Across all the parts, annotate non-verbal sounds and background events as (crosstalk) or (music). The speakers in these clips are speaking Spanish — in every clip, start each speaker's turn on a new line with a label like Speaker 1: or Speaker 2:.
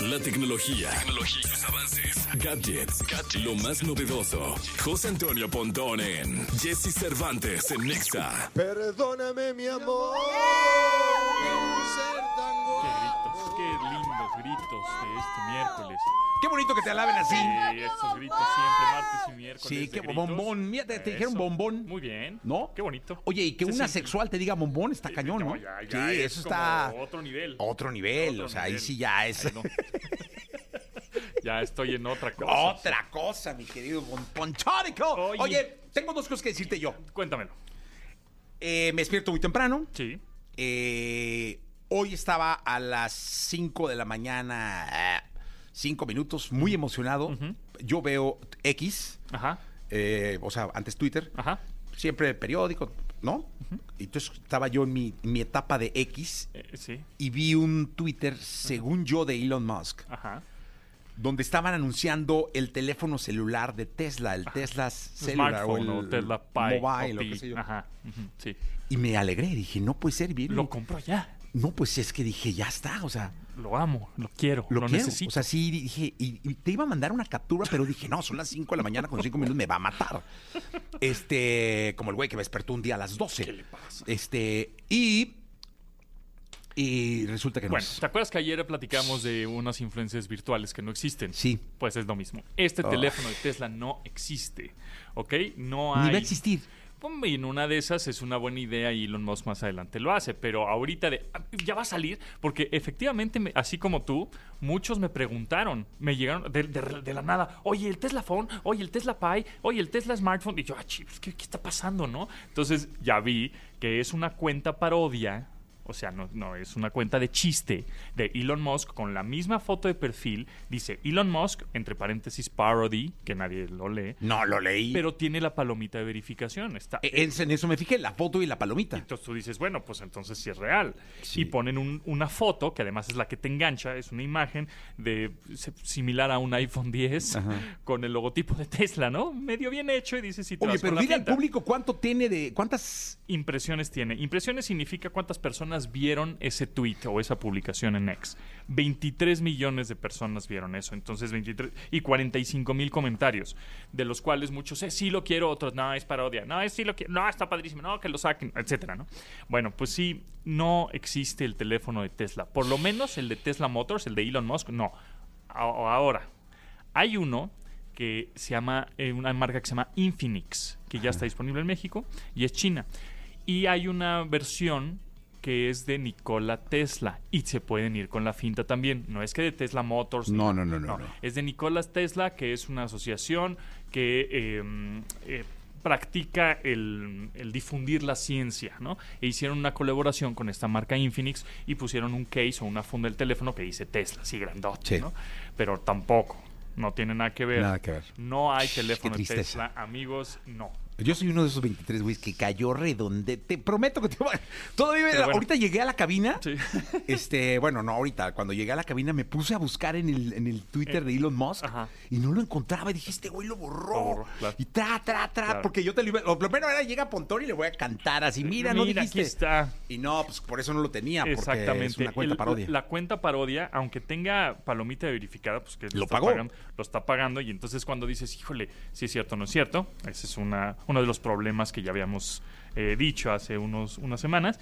Speaker 1: la tecnología, tecnología, sus avances, gadgets, gadgets, lo más novedoso. José Antonio Pontón en Jesse Cervantes en Nexa.
Speaker 2: Perdóname, mi amor.
Speaker 3: Qué gritos, qué lindos gritos de este miércoles.
Speaker 4: Qué bonito que te alaben así.
Speaker 3: Sí, estos gritos siempre martes y miércoles.
Speaker 4: Sí,
Speaker 3: de
Speaker 4: qué
Speaker 3: gritos.
Speaker 4: bombón. Mira, te, te dijeron
Speaker 3: Eso.
Speaker 4: bombón.
Speaker 3: Muy bien.
Speaker 4: ¿No?
Speaker 3: Qué bonito.
Speaker 4: Oye, y que
Speaker 3: Se
Speaker 4: una
Speaker 3: siente-
Speaker 4: sexual te diga bombón está cañón,
Speaker 3: No,
Speaker 4: ¿no?
Speaker 3: ya, ya
Speaker 4: sí,
Speaker 3: es
Speaker 4: eso está
Speaker 3: como Otro nivel.
Speaker 4: otro nivel.
Speaker 3: Otro
Speaker 4: o sea, ahí
Speaker 3: nivel.
Speaker 4: sí ya es
Speaker 3: Ay, no. (laughs) ya estoy en otra cosa.
Speaker 4: otra cosa, mi querido Bon- Ponchónico.
Speaker 3: Oye.
Speaker 4: Oye. tengo dos cosas que decirte yo.
Speaker 3: Cuéntamelo.
Speaker 4: Eh, me despierto muy temprano.
Speaker 3: Sí.
Speaker 4: Eh, hoy estaba a las 5 de la mañana, 5 minutos, muy emocionado. Yo veo X,
Speaker 3: Ajá.
Speaker 4: eh, o sea, antes Twitter,
Speaker 3: Ajá.
Speaker 4: siempre el periódico, ¿no? Entonces estaba yo en mi, en mi etapa de X
Speaker 3: Eh, sí.
Speaker 4: y vi un Twitter, según yo, de Elon Musk,
Speaker 3: Ajá.
Speaker 4: donde estaban anunciando el teléfono celular de Tesla, el Tesla celular
Speaker 3: Ah, Smartphone o,
Speaker 4: el
Speaker 3: Tesla Pi.
Speaker 4: mobile,
Speaker 3: o
Speaker 4: o
Speaker 3: Pi.
Speaker 4: qué sé yo.
Speaker 3: Ajá. Ujú, Sí.
Speaker 4: Y me alegré, dije, no puede ser, bien.
Speaker 3: Lo compro ya.
Speaker 4: No, pues es que dije, ya está, o sea,
Speaker 3: Lo amo. Lo quiero.
Speaker 4: lo,
Speaker 3: Lo,
Speaker 4: quiero.
Speaker 3: necesito.
Speaker 4: O sea, sí, dije, y, y te iba a mandar una captura, pero dije, no, son las 5 de la mañana, con 5 minutos me va a matar. Este, como el güey que me despertó un día a las 12.
Speaker 3: ¿Qué le pasa?
Speaker 4: Este, y. Y resulta que no
Speaker 3: Bueno,
Speaker 4: es.
Speaker 3: ¿te acuerdas que ayer platicamos de unas influencias virtuales que no existen?
Speaker 4: Sí.
Speaker 3: Pues es lo mismo. Este
Speaker 4: Ah.
Speaker 3: teléfono de Tesla no existe, ¿ok? No hay...
Speaker 4: Ni va a existir.
Speaker 3: Pum, Y en una de esas es una buena idea y Elon Musk más adelante lo hace, pero ahorita de... ah, Ya va a salir, porque efectivamente, me- así como tú, muchos me preguntaron, me llegaron de, de- de la nada, oye, el Tesla Phone, oye, el Tesla Pi, oye, el Tesla Smartphone, y yo, ah, chis, ¿qué, ¿qué está pasando, no? Entonces ya vi que es una cuenta parodia o sea, no, no, es una cuenta de chiste de Elon Musk con la misma foto de perfil. Dice Elon Musk, entre paréntesis, parody, que nadie lo lee,
Speaker 4: No lo leí. Pero
Speaker 3: pero tiene la palomita de verificación. Está,
Speaker 4: en, en eso me fijé, la foto y la palomita.
Speaker 3: entonces tú dices, bueno, pues entonces sí es real.
Speaker 4: Sí.
Speaker 3: Y ponen un- una foto, que además es la que te engancha, es una imagen de se- similar a un iPhone 10 con el logotipo de Tesla, ¿no? Medio bien hecho y dices, si te
Speaker 4: Oye,
Speaker 3: vas por
Speaker 4: pero
Speaker 3: la
Speaker 4: dile al
Speaker 3: finta.
Speaker 4: público cuánto tiene de. ¿Cuántas?
Speaker 3: impresiones tiene. Impresiones significa cuántas personas vieron ese tweet o esa publicación en X. 23 millones de personas vieron eso. Entonces, 23 y 45 mil comentarios, de los cuales muchos es sí lo quiero, otros no, es parodia, no, es sí lo quiero, no, está padrísimo, no, que lo saquen, etcétera, ¿no? Bueno, pues sí, no existe el teléfono de Tesla. Por lo menos el de Tesla Motors, el de Elon Musk, no. A- ahora, hay uno que se llama, eh, una marca que se llama Infinix, que ya está disponible en México y es China. Y hay una versión que es de Nikola Tesla y se pueden ir con la finta también. No es que de Tesla Motors.
Speaker 4: No,
Speaker 3: ni-
Speaker 4: no, no, no, no.
Speaker 3: Es de Nikola Tesla, que es una asociación que eh, eh, practica el, el difundir la ciencia, ¿no? E hicieron una colaboración con esta marca Infinix y pusieron un case o una funda del teléfono que dice Tesla, así grandote,
Speaker 4: Sí.
Speaker 3: ¿no? Pero tampoco. No tiene nada que ver.
Speaker 4: Nada que ver.
Speaker 3: No hay teléfono
Speaker 4: Qué
Speaker 3: de
Speaker 4: tristeza.
Speaker 3: Tesla, amigos, no.
Speaker 4: Yo soy uno de esos 23 güeyes que cayó redonde. Te prometo que te va. Todavía.
Speaker 3: Pero bueno.
Speaker 4: Ahorita llegué a la cabina.
Speaker 3: Sí.
Speaker 4: Este, bueno, no, ahorita. Cuando llegué a la cabina me puse a buscar en el, en el Twitter de Elon Musk
Speaker 3: Eh, ajá.
Speaker 4: y no lo encontraba. Y dije, este güey lo borró.
Speaker 3: Lo borró, claro.
Speaker 4: Y tra, tra, tra.
Speaker 3: Claro.
Speaker 4: Porque yo te lo iba. Lo primero era llega a Pontón y le voy a cantar así. (laughs) Mira, no
Speaker 3: Mira,
Speaker 4: dijiste.
Speaker 3: aquí está.
Speaker 4: Y no, pues por eso no lo tenía. Porque
Speaker 3: Exactamente.
Speaker 4: Es una cuenta
Speaker 3: El-
Speaker 4: parodia.
Speaker 3: La cuenta parodia, aunque tenga palomita verificada, pues que
Speaker 4: Lo
Speaker 3: está
Speaker 4: pagó.
Speaker 3: pagando- lo está pagando. Y entonces cuando dices, híjole, si es cierto o no es cierto, ese es una, uno de los problemas que ya habíamos eh, dicho hace unos, unas semanas.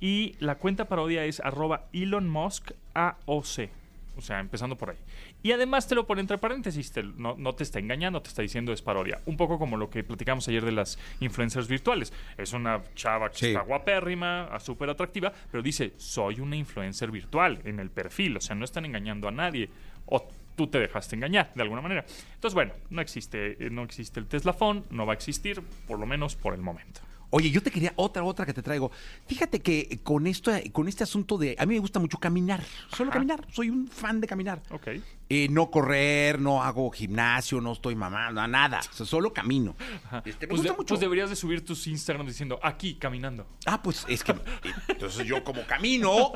Speaker 3: Y la cuenta parodia es arroba Elon Musk AOC. O sea, empezando por ahí. Y además te lo pone entre paréntesis, te- no, no te está engañando, te está diciendo es parodia. Un poco como lo que platicamos ayer de las influencers virtuales. Es una chava que
Speaker 4: Sí.
Speaker 3: está guapérrima, a- súper atractiva, pero dice, soy una influencer virtual en el perfil, o sea, no están engañando a nadie, o tú te dejaste engañar de alguna manera. Entonces, bueno, no existe, eh, no existe el Tesla Phone, no va a existir, por lo menos por el momento.
Speaker 4: Oye, yo te quería otra, otra que te traigo. Fíjate que con esto, con este asunto de. A mí me gusta mucho caminar. Solo
Speaker 3: Ajá.
Speaker 4: caminar. Soy un fan de caminar.
Speaker 3: Ok.
Speaker 4: eh, no correr, no hago gimnasio, no estoy mamando, nada. O sea, solo camino. Este, me
Speaker 3: Pues,
Speaker 4: gusta
Speaker 3: de-
Speaker 4: mucho.
Speaker 3: pues deberías de subir tus Instagram diciendo aquí caminando.
Speaker 4: Ah, pues es que. eh, Entonces yo, como camino,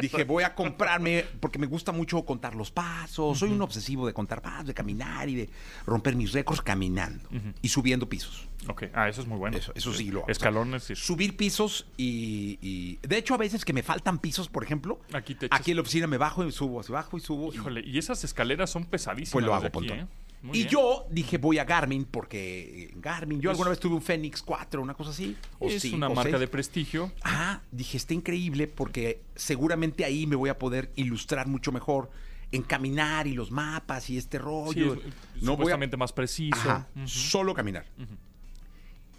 Speaker 4: dije, voy a comprarme, porque me gusta mucho contar los pasos. Soy un obsesivo de contar pasos, de caminar y de romper mis récords caminando y subiendo pisos.
Speaker 3: Ok, ah, eso es muy bueno.
Speaker 4: Eso, eso sí lo hago.
Speaker 3: Escalones y...
Speaker 4: Subir pisos y, y- De hecho, a veces que me faltan pisos, por ejemplo.
Speaker 3: Aquí te echas-
Speaker 4: Aquí en la oficina me bajo y subo, se bajo y subo. y-
Speaker 3: Híjole, y esas escaleras son pesadísimas.
Speaker 4: Pues lo
Speaker 3: las de
Speaker 4: hago,
Speaker 3: aquí, ¿eh?
Speaker 4: Pontón.
Speaker 3: Muy
Speaker 4: Y
Speaker 3: bien.
Speaker 4: yo dije, voy a Garmin, porque eh, Garmin, yo alguna vez tuve un Fenix 4, una cosa así. o
Speaker 3: Es
Speaker 4: sí,
Speaker 3: una
Speaker 4: o
Speaker 3: marca
Speaker 4: seis.
Speaker 3: de prestigio.
Speaker 4: Ah, dije, está increíble porque seguramente ahí me voy a poder ilustrar mucho mejor en caminar y los mapas y este
Speaker 3: Sí,
Speaker 4: rollo.
Speaker 3: es-
Speaker 4: no voy a...
Speaker 3: supuestamente más preciso.
Speaker 4: Ajá,
Speaker 3: Mm.
Speaker 4: solo caminar.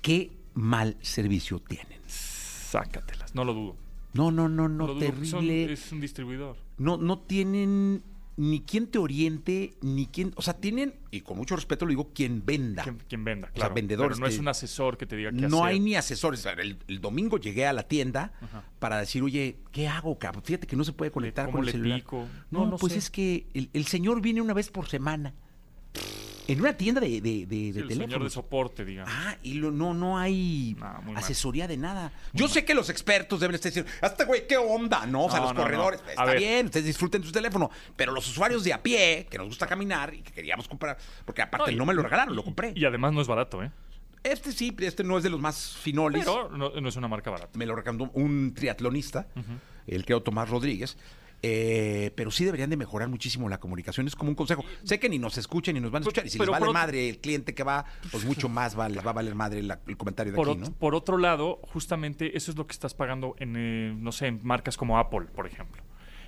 Speaker 4: Qué mal servicio tienen.
Speaker 3: Sácatelas, no lo dudo.
Speaker 4: No, no,
Speaker 3: No
Speaker 4: no, no,
Speaker 3: lo dudo, porque son-
Speaker 4: terrible.
Speaker 3: es un distribuidor.
Speaker 4: No, no tienen ni quien te oriente, ni quien... O sea, tienen, y con mucho respeto lo digo, quien venda.
Speaker 3: Quien, quien venda,
Speaker 4: Ah. sea,
Speaker 3: claro.
Speaker 4: vendedores
Speaker 3: Pero no es
Speaker 4: que-
Speaker 3: un asesor que te diga qué
Speaker 4: no
Speaker 3: hacer.
Speaker 4: hay ni asesores. El, el domingo llegué a la tienda para decir, oye, ¿qué hago, cabrón? Fíjate que no se puede conectar
Speaker 3: cómo
Speaker 4: con el
Speaker 3: le
Speaker 4: celular.
Speaker 3: pico?
Speaker 4: No,
Speaker 3: No, no
Speaker 4: pues
Speaker 3: sé.
Speaker 4: es que el, el señor viene una vez por semana. En una tienda de, de, de- de
Speaker 3: Sí, el señor de
Speaker 4: teléfonos.
Speaker 3: soporte, digamos.
Speaker 4: Ah, y lo- no, no hay
Speaker 3: No, muy mal.
Speaker 4: asesoría de nada. Yo sé que los expertos deben estar diciendo, "Ah, este güey, qué onda, ¿no? O sea,
Speaker 3: No,
Speaker 4: los
Speaker 3: no, no.
Speaker 4: corredores, pues,
Speaker 3: A
Speaker 4: está
Speaker 3: ver.
Speaker 4: bien, ustedes disfruten su teléfono. Pero los usuarios de a pie, que nos gusta caminar y que queríamos comprar, porque aparte
Speaker 3: No, y-
Speaker 4: no, me lo regalaron, lo compré.
Speaker 3: Y además no es barato, ¿eh?
Speaker 4: Este sí, este no es de los más finolis.
Speaker 3: Pero no, no es una marca barata.
Speaker 4: me lo recomendó un triatlonista, el creo Tomás Rodríguez. eh, pero sí deberían de mejorar muchísimo la comunicación. Es como un consejo. Sé que ni nos escuchan ni nos van a escuchar. Y si
Speaker 3: Pues, Pero
Speaker 4: les vale
Speaker 3: por otro-
Speaker 4: madre el cliente que va, pues mucho más va, les va a valer madre la- el comentario de
Speaker 3: Por,
Speaker 4: aquí,
Speaker 3: ot-
Speaker 4: ¿no?
Speaker 3: por otro lado, justamente eso es lo que estás pagando en, eh, no sé, en marcas como Apple, por ejemplo.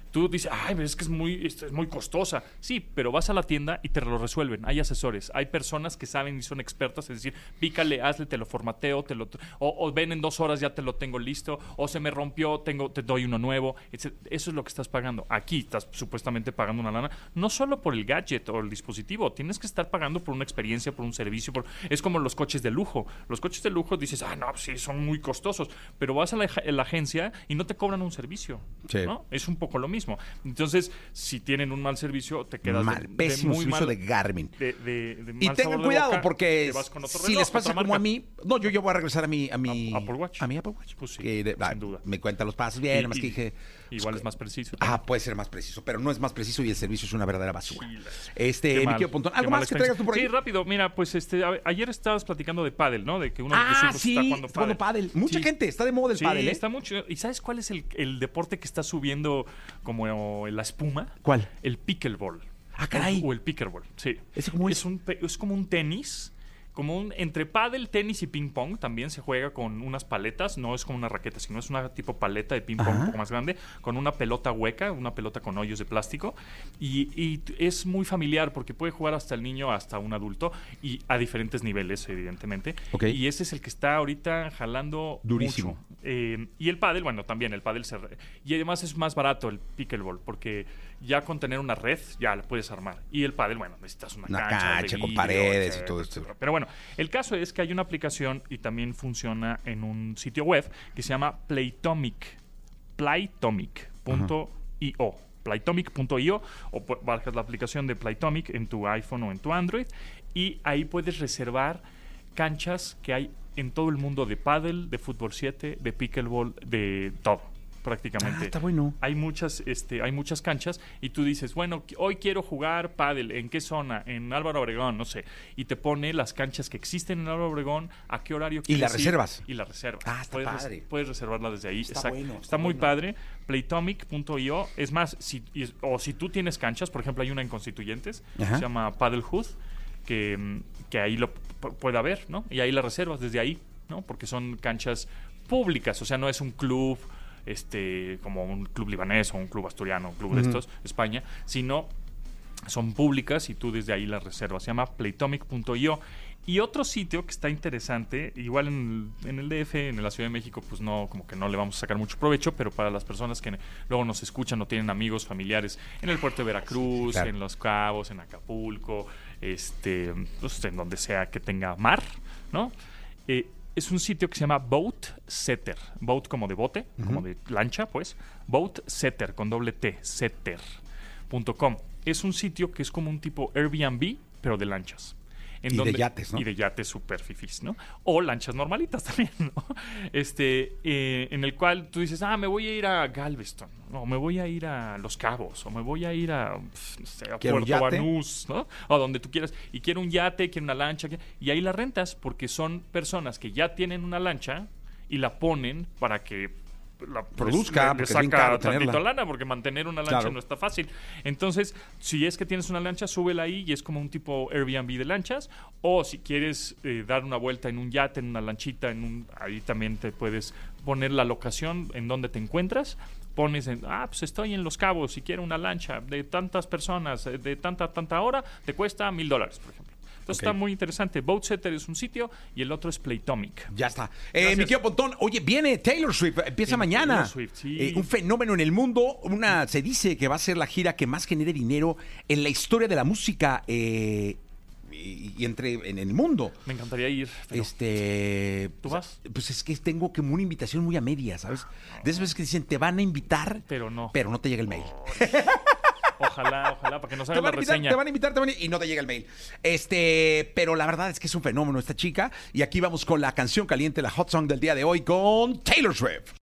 Speaker 3: Tú dices, ay, pero es que es muy, esto es muy costosa. Sí, pero vas a la tienda y te lo resuelven. Hay asesores, hay personas que saben y son expertas en decir, pícale, hazle, te lo formateo, te lo, o, o ven en dos horas ya te lo tengo listo, o se me rompió, tengo, te doy uno nuevo. etc. Eso es lo que estás pagando. Aquí estás supuestamente pagando una lana, no solo por el gadget o el dispositivo, tienes que estar pagando por una experiencia, por un servicio. Por... Es como los coches de lujo. Los coches de lujo dices, ah, no, sí, son muy costosos, pero vas a la, ag- la agencia y no te cobran un servicio.
Speaker 4: Sí.
Speaker 3: ¿no? Es un poco lo mismo. Entonces, si tienen un mal servicio, te quedas de-
Speaker 4: Mal,
Speaker 3: de
Speaker 4: pésimo
Speaker 3: muy
Speaker 4: servicio
Speaker 3: mal-
Speaker 4: de Garmin.
Speaker 3: de- de- de
Speaker 4: Y
Speaker 3: mal sabor
Speaker 4: tengan
Speaker 3: de
Speaker 4: cuidado
Speaker 3: boca,
Speaker 4: porque
Speaker 3: te vas con otro
Speaker 4: si
Speaker 3: reloj,
Speaker 4: les pasa
Speaker 3: otra
Speaker 4: como
Speaker 3: marca.
Speaker 4: a mí, no, yo ya voy a regresar a mi, a mi
Speaker 3: A- Apple Watch.
Speaker 4: A mi Apple Watch.
Speaker 3: Pues sí,
Speaker 4: Que de-
Speaker 3: sin
Speaker 4: ah,
Speaker 3: duda.
Speaker 4: Me cuentan los pasos
Speaker 3: Y-
Speaker 4: bien, nada más
Speaker 3: y-
Speaker 4: que dije.
Speaker 3: Igual es más preciso.
Speaker 4: Ah, puede ser más preciso, pero no es más preciso y el servicio es una verdadera basura.
Speaker 3: Sí, la-
Speaker 4: Este,
Speaker 3: Qué
Speaker 4: mi
Speaker 3: mal,
Speaker 4: querido Pontón,
Speaker 3: qué
Speaker 4: ¿algo
Speaker 3: mala
Speaker 4: más que
Speaker 3: experiencia.
Speaker 4: traigas tú por ahí?
Speaker 3: Sí, rápido. Mira, pues este, a- ayer estabas platicando de pádel, ¿no? De que uno de tus
Speaker 4: Ah,
Speaker 3: hijos
Speaker 4: sí,
Speaker 3: está
Speaker 4: está
Speaker 3: jugando pádel.
Speaker 4: jugando pádel. Mucha
Speaker 3: Sí.
Speaker 4: gente está de moda del
Speaker 3: Sí,
Speaker 4: pádel, ¿eh?
Speaker 3: está mucho. ¿Y sabes cuál es el, el deporte que está subiendo como la espuma?
Speaker 4: ¿Cuál?
Speaker 3: El pickleball.
Speaker 4: Ah, caray.
Speaker 3: O el pickleball, sí.
Speaker 4: ¿Ese cómo es?
Speaker 3: un, pe- es como un tenis. Como un, entre pádel, tenis y ping pong también se juega con unas paletas, no es como una raqueta, sino es una tipo paleta de ping pong un
Speaker 4: Ajá.
Speaker 3: poco más grande, con una pelota hueca, una pelota con hoyos de plástico. Y, y t- es muy familiar porque puede jugar hasta el niño, hasta un adulto, y a diferentes niveles, evidentemente.
Speaker 4: Ok.
Speaker 3: Y ese es el que está ahorita jalando
Speaker 4: Durísimo.
Speaker 3: mucho. Eh, y el pádel, bueno, también el pádel se re- y además es más barato el pickleball porque ya con tener una red ya la puedes armar y el pádel, bueno, necesitas una, de
Speaker 4: Una cancha con
Speaker 3: vidrio,
Speaker 4: paredes y todo esto.
Speaker 3: Pero bueno, el caso es que hay una aplicación y también funciona en un sitio web que se llama Playtomic. Playtomic.io. Playtomic.io o pu- bajas la aplicación de Playtomic en tu iPhone o en tu Android y ahí puedes reservar canchas que hay en todo el mundo de paddle, de fútbol 7, de pickleball, de todo prácticamente.
Speaker 4: Ah, está bueno.
Speaker 3: Hay muchas, este, hay muchas canchas y tú dices, bueno, qui- hoy quiero jugar pádel, ¿en qué zona? En Álvaro Obregón, no sé. Y te pone las canchas que existen en Álvaro Obregón, a qué horario quieres
Speaker 4: las
Speaker 3: ir,
Speaker 4: reservas.
Speaker 3: Y las reservas.
Speaker 4: Ah, está
Speaker 3: puedes, res-
Speaker 4: padre.
Speaker 3: Puedes reservarla desde ahí.
Speaker 4: Está
Speaker 3: exacto.
Speaker 4: bueno, está
Speaker 3: muy
Speaker 4: bueno.
Speaker 3: padre. Playtomic.io. Es más, si, y- o si tú tienes canchas, por ejemplo, hay una en Constituyentes,
Speaker 4: Ajá.
Speaker 3: se llama Paddle Hood, que, mm, que ahí lo p- puede haber, ¿no? Y ahí las reservas desde ahí, ¿no? Porque son canchas públicas, o sea, no es un club este como un club libanés o un club asturiano, un club de estos, España, sino son públicas y tú desde ahí las reservas. Se llama playtomic.io. Y otro sitio que está interesante, igual en el, en el DF, en la Ciudad de México, pues no, como que no le vamos a sacar mucho provecho, pero para las personas que luego nos escuchan o tienen amigos, familiares, en el puerto de Veracruz,
Speaker 4: claro.
Speaker 3: en Los Cabos, en Acapulco, este, pues, en donde sea que tenga mar, ¿no? Eh, es un sitio que se llama Boat Setter. Boat como de bote, como de lancha, pues. Boat Setter, con doble T, setter.com. es un sitio que es como un tipo Airbnb, pero de lanchas. En
Speaker 4: Y de yates, ¿no?
Speaker 3: Y de yates super fifís, ¿no? O lanchas normalitas (laughs) también, ¿no? Este, eh, en el cual tú dices, ah, me voy a ir a Galveston, o me voy a ir a Los Cabos, o me voy a ir a, pf, no sé, a
Speaker 4: Quiero un
Speaker 3: Puerto
Speaker 4: yate.
Speaker 3: Banús, ¿no? O donde tú quieras. Y quiero un yate, quiero una lancha, que- y ahí la rentas porque son personas que ya tienen una lancha y la ponen para que la
Speaker 4: Produzca,
Speaker 3: le, le
Speaker 4: porque es bien
Speaker 3: saca
Speaker 4: caro
Speaker 3: tantito
Speaker 4: tenerla.
Speaker 3: lana, porque mantener una lancha
Speaker 4: Claro.
Speaker 3: no está fácil. Entonces, si es que tienes una lancha, súbela ahí y es como un tipo Airbnb de lanchas. O si quieres eh, dar una vuelta en un yate, en una lanchita, en un, ahí también te puedes poner la locación en donde te encuentras. Pones en, ah, pues estoy en Los Cabos y quiero una lancha de tantas personas, eh, de tanta, tanta hora, te cuesta mil dólares, por ejemplo. Entonces
Speaker 4: Ok.
Speaker 3: está muy interesante. Boatsetter es un sitio y el otro es Playtomic.
Speaker 4: Ya está. Eh, mi tío Pontón, oye, viene Taylor Swift, empieza
Speaker 3: Viene
Speaker 4: mañana.
Speaker 3: Taylor Swift, sí.
Speaker 4: Eh, un fenómeno en el mundo, una se dice que va a ser la gira que más genere dinero en la historia de la música eh, y, y entre en el mundo.
Speaker 3: Me encantaría ir. pero-
Speaker 4: Este.
Speaker 3: ¿Tú
Speaker 4: pues,
Speaker 3: vas?
Speaker 4: Pues es que tengo como una invitación muy a media, ¿sabes? De esas veces que dicen, te van a invitar,
Speaker 3: Pero no.
Speaker 4: Pero no te llega el mail.
Speaker 3: Ojalá, ojalá, para que nos
Speaker 4: Te
Speaker 3: hagan la
Speaker 4: van, a invitar,
Speaker 3: reseña.
Speaker 4: te van a invitar, te van a- y no te llega el mail. Este, pero la verdad es que es un fenómeno esta chica. Y aquí vamos con la canción caliente, la hot song del día de hoy con Taylor Swift.